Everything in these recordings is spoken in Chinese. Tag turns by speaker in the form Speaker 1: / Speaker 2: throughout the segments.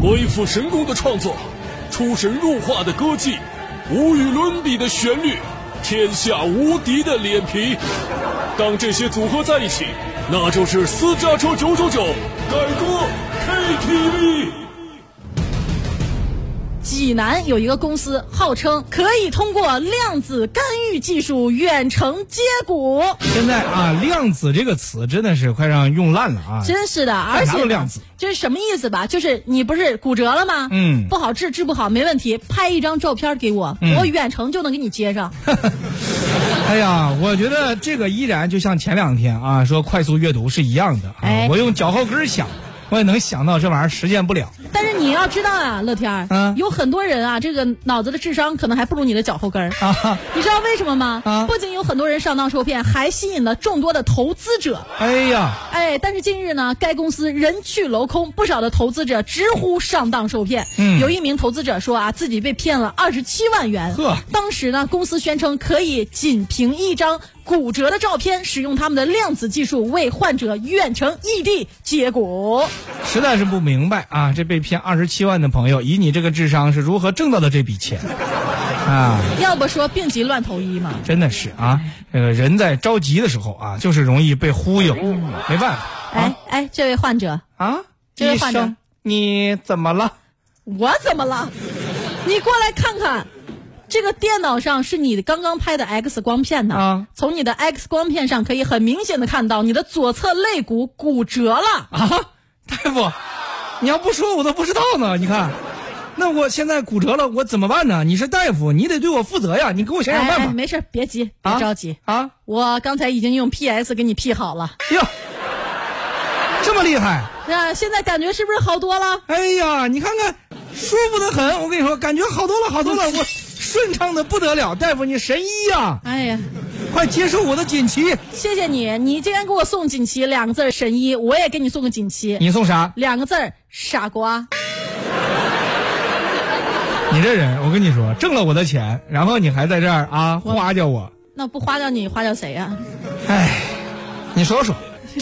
Speaker 1: 鬼斧神工的创作，出神入化的歌技，无与伦比的旋律，天下无敌的脸皮。当这些组合在一起，那就是私家车九九九改歌 KTV。
Speaker 2: 济南有一个公司号称可以通过量子干预技术远程接骨，
Speaker 3: 现在啊，量子这个词真的是快让用烂了啊！
Speaker 2: 真是的，而
Speaker 3: 哪
Speaker 2: 且
Speaker 3: 有量子
Speaker 2: 就是什么意思吧？就是你不是骨折了吗？
Speaker 3: 嗯
Speaker 2: 不好治，治不好没问题，拍一张照片给我，我远程就能给你接 上。
Speaker 3: 哎呀，我觉得这个依然就像前两天啊，说快速阅读是一样的啊。
Speaker 2: 哎
Speaker 3: 我用脚后跟儿想，我也能想到这玩意儿实现不了。
Speaker 2: 但是你要知道啊，乐天儿，
Speaker 3: 嗯
Speaker 2: 有很多人啊，这个脑子的智商可能还不如你的脚后跟儿。
Speaker 3: 啊
Speaker 2: 你知道为什么吗？
Speaker 3: 啊
Speaker 2: 不仅有很多人上当受骗，还吸引了众多的投资者。
Speaker 3: 哎呀，
Speaker 2: 哎，但是近日呢，该公司人去楼空，不少的投资者直呼上当受骗。
Speaker 3: 嗯
Speaker 2: 有一名投资者说啊，自己被骗了二十七万元。
Speaker 3: 呵
Speaker 2: 当时呢，公司宣称可以仅凭一张骨折的照片，使用他们的量子技术为患者远程异地接骨。
Speaker 3: 实在是不明白啊，这被骗二十七万的朋友，以你这个智商是如何挣到的这笔钱啊？
Speaker 2: 要不说病急乱投医嘛。
Speaker 3: 真的是啊，这个人在着急的时候啊，就是容易被忽悠，没办法
Speaker 2: 哎
Speaker 3: 啊
Speaker 2: 哎，这位患者，
Speaker 3: 啊！
Speaker 2: 这位
Speaker 3: 医
Speaker 2: 患者
Speaker 3: 生，你怎么了？
Speaker 2: 我怎么了？你过来看看，这个电脑上是你刚刚拍的 X 光片呢。
Speaker 3: 啊
Speaker 2: 从你的 X 光片上可以很明显的看到你的左侧肋骨骨折了。
Speaker 3: 啊， 大夫，你要不说我都不知道呢。你看，那我现在骨折了，我怎么办呢？你是大夫，你得对我负责呀，你给我想想
Speaker 2: 哎
Speaker 3: 办
Speaker 2: 哎，
Speaker 3: 法。
Speaker 2: 没事儿，别急，别
Speaker 3: 啊
Speaker 2: 着急。
Speaker 3: 啊，
Speaker 2: 我刚才已经用 PS 给你 P 好了，
Speaker 3: 哟，这么厉害！
Speaker 2: 那现在感觉是不是好多了？
Speaker 3: 哎呀，你看看，舒服的很。我跟你说，感觉好多了，好多了，我顺畅的不得了。大夫，你神医呀、
Speaker 2: 哎呀，
Speaker 3: 快接受我的锦旗。
Speaker 2: 谢谢你，你竟然给我送锦旗两个字儿神医，我也给你送个锦旗
Speaker 3: 你送啥？
Speaker 2: 两个字儿傻瓜。
Speaker 3: 你这人，我跟你说，挣了我的钱，然后你还在这儿啊花叫我，
Speaker 2: 那不花掉你，花掉谁呀、
Speaker 3: 哎，你说说。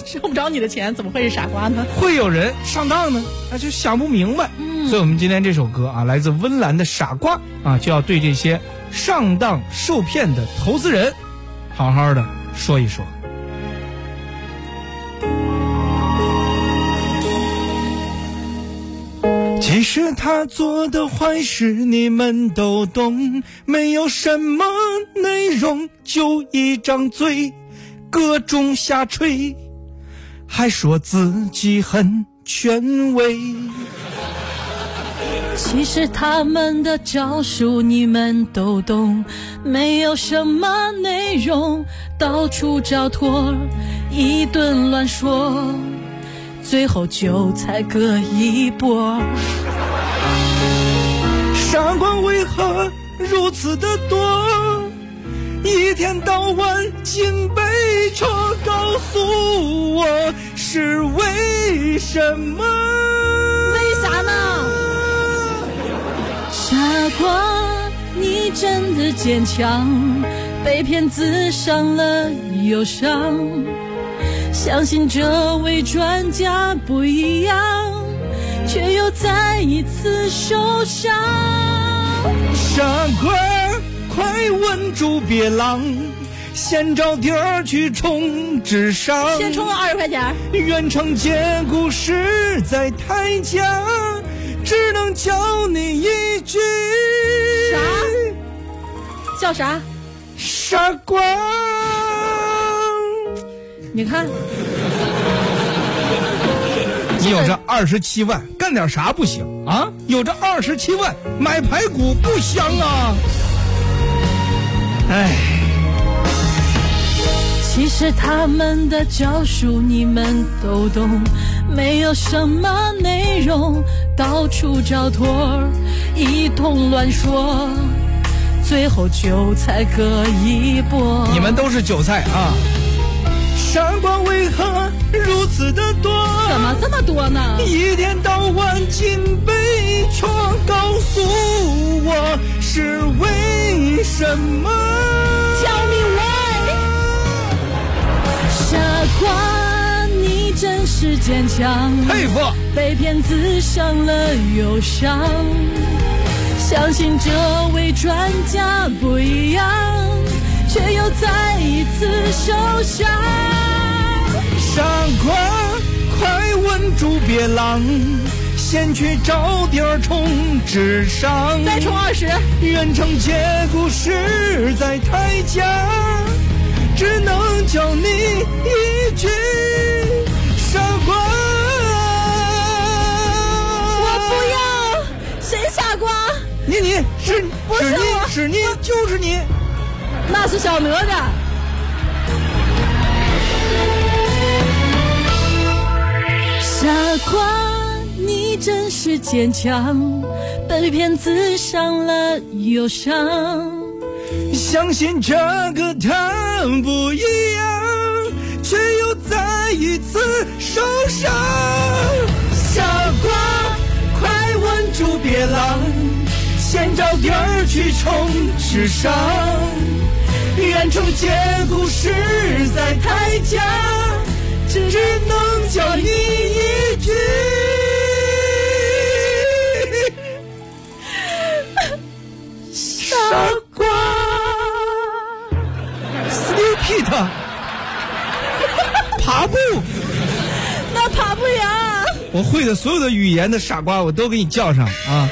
Speaker 2: 挣不着你的钱，怎么会是傻瓜呢？
Speaker 3: 会有人上当呢？啊，就想不明白。所以我们今天这首歌啊，来自温岚的《傻瓜》啊，就要对这些上当受骗的投资人，好好的说一说。其实他做的坏事你们都懂，没有什么内容，就一张嘴，各种瞎吹。还说自己很权威。
Speaker 2: 其实他们的招数你们都懂，没有什么内容，到处找托，一顿乱说，最后韭菜各一波。
Speaker 3: 傻瓜为何如此的多？一天到晚竟被戳，告诉我是为什么？
Speaker 2: 为啥呢？傻瓜，你真的坚强，被骗子伤了又伤。相信这位专家不一样，却又再一次受伤。
Speaker 3: 傻瓜，快稳住别浪，先找地儿去充智商。
Speaker 2: 先充个二十块钱儿，
Speaker 3: 远程接骨实在太假，只能教你一句
Speaker 2: 啥叫啥？
Speaker 3: 傻瓜。
Speaker 2: 你看，
Speaker 3: 你有这二十七万，干点啥不行啊？有这二十七万，买排骨不香啊？哎，
Speaker 2: 其实他们的招数你们都懂，没有什么内容，到处找托儿，一通乱说，最后韭菜各一波。
Speaker 3: 你们都是韭菜啊！傻瓜为何如此的多？
Speaker 2: 怎么这么多 呢？
Speaker 3: 一天到晚紧被戳，告诉我是为什么？
Speaker 2: Tell me why，傻瓜，你真是是坚强，
Speaker 1: 佩服。
Speaker 2: 被骗子伤了又伤。相信这位专家不一样，却又再一次受伤。
Speaker 3: 傻瓜，快稳住别浪，先去找点儿充智商。
Speaker 2: 再哎充啊二十，
Speaker 3: 愿成结果实在太假，只能教你一句傻瓜。
Speaker 2: 我
Speaker 3: 我
Speaker 2: 不要， 谁傻瓜？
Speaker 3: 你你是
Speaker 2: 不是
Speaker 3: 是你
Speaker 2: 我
Speaker 3: 是你就是你，
Speaker 2: 那是小哪吒。傻瓜，你真是坚强，被骗子伤了又伤。
Speaker 3: 相信这个他不一样，却又再一次受伤。傻瓜，快稳住别浪，先找点儿去充智商。远程结果实在太假，只能教你一句。傻瓜，Snoop Pete，爬步，
Speaker 2: 那爬不了。
Speaker 3: 我会的所有的语言的傻瓜，我都给你叫上啊！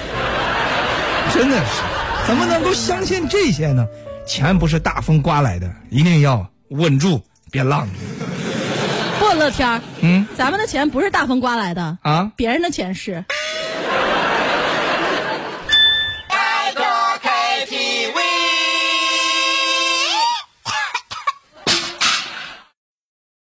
Speaker 3: 真的是，怎么能够相信这些呢？钱不是大风刮来的，一定要稳住，别浪
Speaker 2: 不，乐天儿，
Speaker 3: 嗯，
Speaker 2: 咱们的钱不是大风刮来的
Speaker 3: 啊
Speaker 2: 别人的钱是。